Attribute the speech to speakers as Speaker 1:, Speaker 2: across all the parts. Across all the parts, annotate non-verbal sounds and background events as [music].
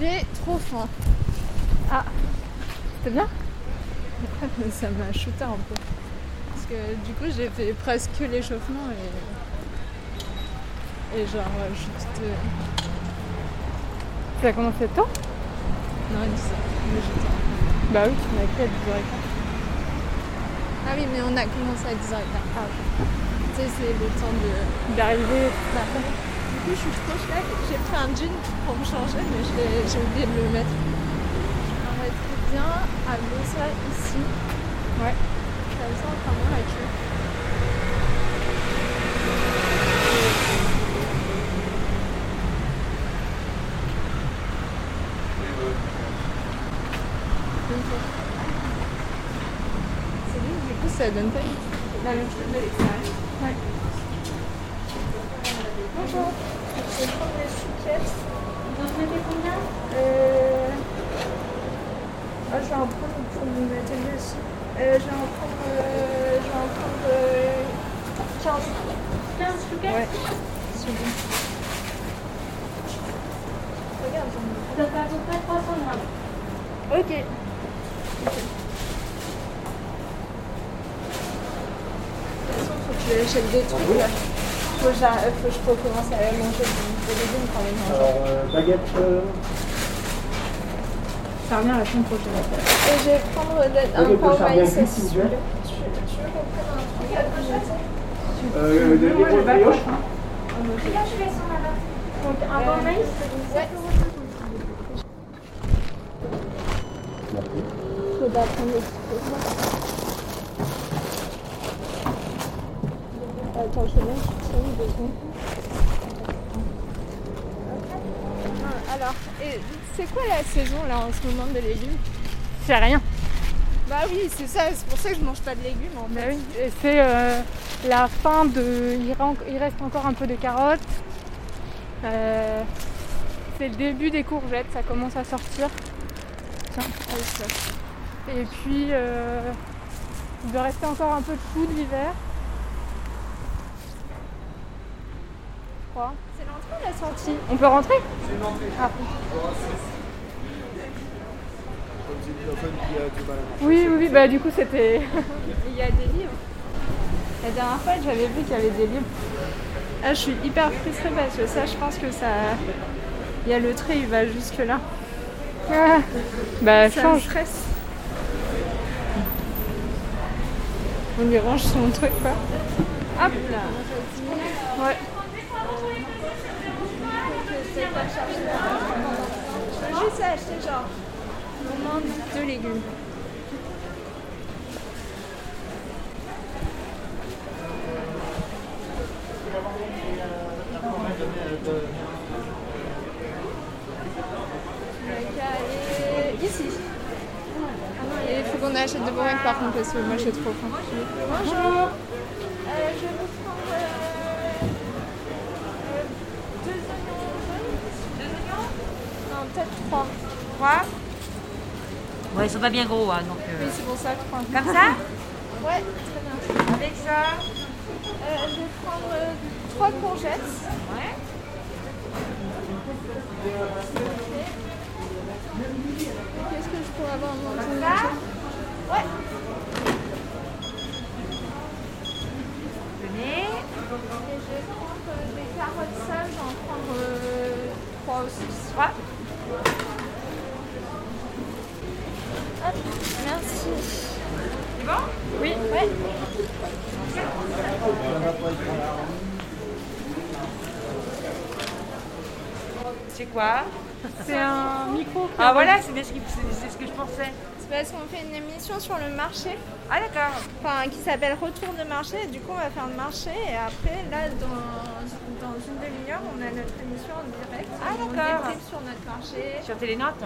Speaker 1: J'ai trop faim. Ah, c'était bien [laughs] Ça m'a shooté un peu. Parce que du coup, j'ai fait presque l'échauffement et. Et genre, ouais, je suis toute. euh,
Speaker 2: Ça a commencé tôt
Speaker 1: Non, elle dit ça. Mais j'étais-
Speaker 2: Bah oui, tu m'as écrit à 10h15.
Speaker 1: Ah oui, mais on a commencé à 10h15. Ah, ok. Tu sais, c'est le temps de.
Speaker 2: D'arriver.
Speaker 1: Bah, du coup, je suis trop chelève. J'ai pris un jean pour me changer, mais je l'ai- j'ai oublié de le mettre. Je m'arrêterai bien à Losa ici.
Speaker 2: Ouais.
Speaker 1: Comme ça, on fera moins la queue. Bonjour. C'est lui, du coup, ça donne pas une
Speaker 2: La même chose de l'extérieur.
Speaker 3: Bonjour. Je vais prendre le chou-caps. Vous en mettez combien euh... ah, Je vais en prendre pour me mettre le aussi. Euh, je vais en prendre, euh... je vais en prendre euh... 15. 15 chou-caps
Speaker 2: Ouais.
Speaker 3: C'est bon. Regarde, j'en ai. Ça fait à peu près 300 grammes. Ok.
Speaker 1: façon, faut que j'achète des trucs là. Faut que, j'a- faut que je recommence à manger des des légumes quand même.
Speaker 4: Alors, euh, baguette, euh,
Speaker 2: Ça revient la semaine prochaine.
Speaker 1: hein. Et je vais prendre le- un
Speaker 4: Oui, mais
Speaker 1: pain au
Speaker 4: ça revient
Speaker 1: maïs
Speaker 4: plus,
Speaker 1: aussi.
Speaker 4: s'il
Speaker 1: Tu
Speaker 4: te
Speaker 1: veux
Speaker 4: plaît.
Speaker 1: qu'on prenne un truc
Speaker 4: euh, des des grosses brioches.
Speaker 3: Là, je vais sur la bas Donc, un bon maïs, c'est
Speaker 1: Ouais.
Speaker 3: 7,50
Speaker 1: Faut pas prendre le truc. Attends, je vais mettre une deux secondes. Ah, Alors, et c'est quoi la saison là en ce moment des légumes
Speaker 2: C'est rien.
Speaker 1: Bah oui, c'est ça, c'est pour ça que je mange pas de légumes en fait.
Speaker 2: Bah oui. Et c'est euh, la fin de. Il, ren- il reste encore un peu de carottes. Euh, c'est le début des courgettes, ça commence à sortir.
Speaker 1: Ah oui, c'est vrai.
Speaker 2: Et puis, euh, il doit rester encore un peu de chou de l'hiver. Je crois.
Speaker 1: C'est l'entrée ou la sortie
Speaker 2: On peut rentrer Ah. Oui, oui, oui, bah du coup c'était.
Speaker 1: Il y a des livres. La dernière fois, j'avais vu qu'il y avait des livres. Ah, je suis hyper frustrée parce que ça, je pense que ça. Il y a le trait, il va jusque-là.
Speaker 2: Ah, bah
Speaker 1: Ça me
Speaker 2: change.
Speaker 1: stresse. On lui range son truc, quoi. Hop là
Speaker 2: Ouais.
Speaker 1: Je vais juste acheter, genre, au moins deux légumes. Et ici. Et il faut qu'on achète de bourrèques par contre parce que moi j'ai trop faim. Bonjour
Speaker 3: Euh, je vais vous prendre euh, euh, deux oignons jaunes. Deux oignons
Speaker 1: Non, peut-être trois.
Speaker 3: Trois.
Speaker 5: Ouais, ils sont pas bien gros, hein, donc.
Speaker 1: Oui,
Speaker 5: euh,
Speaker 1: c'est pour ça trois.
Speaker 5: Comme ça
Speaker 1: Ouais, très bien.
Speaker 5: Avec ça
Speaker 1: Euh, je vais prendre euh, trois courgettes.
Speaker 5: Ouais.
Speaker 1: Qu'est-ce que je pourrais avoir en mangeant ça
Speaker 5: Venez.
Speaker 1: Et je vais prendre euh, des carottes sales, j'en prendre euh, trois aussi.
Speaker 5: Trois.
Speaker 1: Hop, merci.
Speaker 5: C'est bon
Speaker 1: Oui, ouais.
Speaker 5: C'est quoi
Speaker 2: C'est un micro.
Speaker 5: Ah voilà, c'est bien ce, qui- c'est- c'est ce que je pensais.
Speaker 1: C'est parce qu'on fait une émission sur le marché,
Speaker 5: Ah d'accord.
Speaker 1: enfin qui s'appelle Retour de marché. Du coup, on va faire le marché et après, là, dans, dans une demi-heure, on a notre émission en direct.
Speaker 5: Ah,
Speaker 1: On
Speaker 5: d'accord.
Speaker 1: débriefe sur notre marché.
Speaker 5: Sur Télénote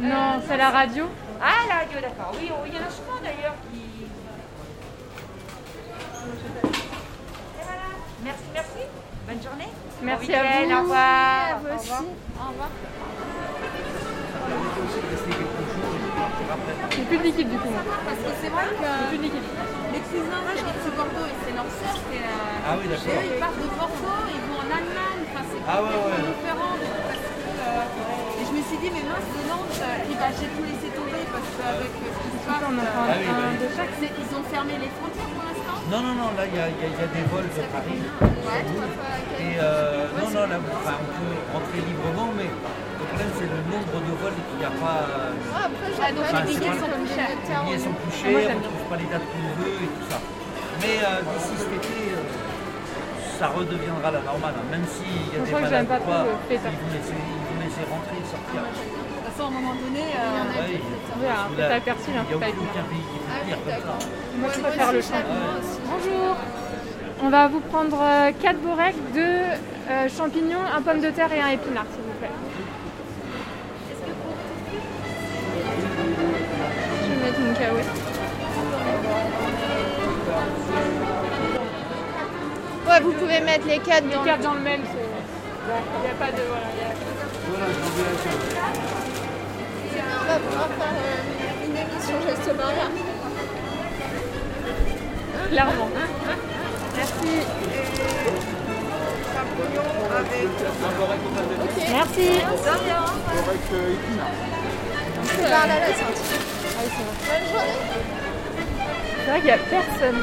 Speaker 2: Non, c'est la radio.
Speaker 5: Ah la radio, d'accord. Oui, on- il y en a souvent d'ailleurs qui. Et voilà. Merci, merci. Bonne journée. Bon
Speaker 2: Merci à
Speaker 5: week-end,
Speaker 2: vous.
Speaker 5: Au revoir.
Speaker 1: À vous aussi. Au revoir.
Speaker 2: J'ai plus de liquide du coup. moi.
Speaker 6: Parce que c'est vrai
Speaker 2: J'ai
Speaker 6: que
Speaker 2: plus de liquide.
Speaker 6: les cousins, moi j'ai des petits Bordeaux et c'est leur sœur. c'est, euh, Chez eux, ils partent de Bordeaux, ils vont en Allemagne. Enfin, c'est complètement différent. Parce que, euh, et je me suis dit, dit, mais mince, de Nantes, euh, eh ben, j'ai tout laissé tomber parce qu'avec ce qui se passe,
Speaker 2: On en prend
Speaker 6: euh,
Speaker 7: Ah oui,
Speaker 2: un
Speaker 7: oui.
Speaker 2: de chaque.
Speaker 6: c'est- ils ont fermé les frontières pour l'instant.
Speaker 7: Non, non, non, là, il y, a- il y a il y a des vols de Paris.
Speaker 6: Ouais, toi, toi, quel-
Speaker 7: Et euh, non, non, là, enfin, on peut rentrer librement, mais le problème, c'est le nombre de vols qu'il n'y a pas. euh,
Speaker 6: Ah, donc
Speaker 7: Enfin,
Speaker 6: les
Speaker 7: c'est
Speaker 6: billets
Speaker 7: pas-
Speaker 6: sont plus chers.
Speaker 7: Les billets sont plus
Speaker 2: Ah, moi,
Speaker 7: chers, on
Speaker 2: j'aime
Speaker 7: ne trouve pas les dates qu'on veut et tout ça. Mais euh, d'ici cet été, euh, ça redeviendra la normale, hein, même s'il
Speaker 2: Je
Speaker 7: y a des
Speaker 2: crois que j'aime
Speaker 7: malades
Speaker 2: pas
Speaker 7: ou pas,
Speaker 2: trop le
Speaker 7: ils
Speaker 2: feta.
Speaker 7: vous laissent ils vous laissent rentrer et sortir.
Speaker 6: De toute façon, à un moment donné, euh,
Speaker 7: Ouais, il y
Speaker 2: Ouais,
Speaker 7: a-
Speaker 2: Ah, un
Speaker 7: parce que là,
Speaker 2: feta persil, un
Speaker 7: Il n'y a
Speaker 2: feta
Speaker 7: aucun
Speaker 2: épinard.
Speaker 7: pays qui peut dire comme ça.
Speaker 2: Moi, je préfère le champ. Bonjour. On va vous prendre euh, 4 boreks, 2 euh, champignons, un pomme de terre et un épinard, s'il vous plaît. Je vais mettre mon kawaii.
Speaker 3: Ouais, vous pouvez mettre les quatre dans
Speaker 2: Les
Speaker 3: le-
Speaker 2: cartes dans le même, c'est- il n'y a pas de... Voilà, il y a-
Speaker 3: On va pouvoir faire euh, une émission geste barrière.
Speaker 2: clairement. Merci.
Speaker 3: C'est par là la sortie.
Speaker 2: C'est vrai qu'il n'y a personne.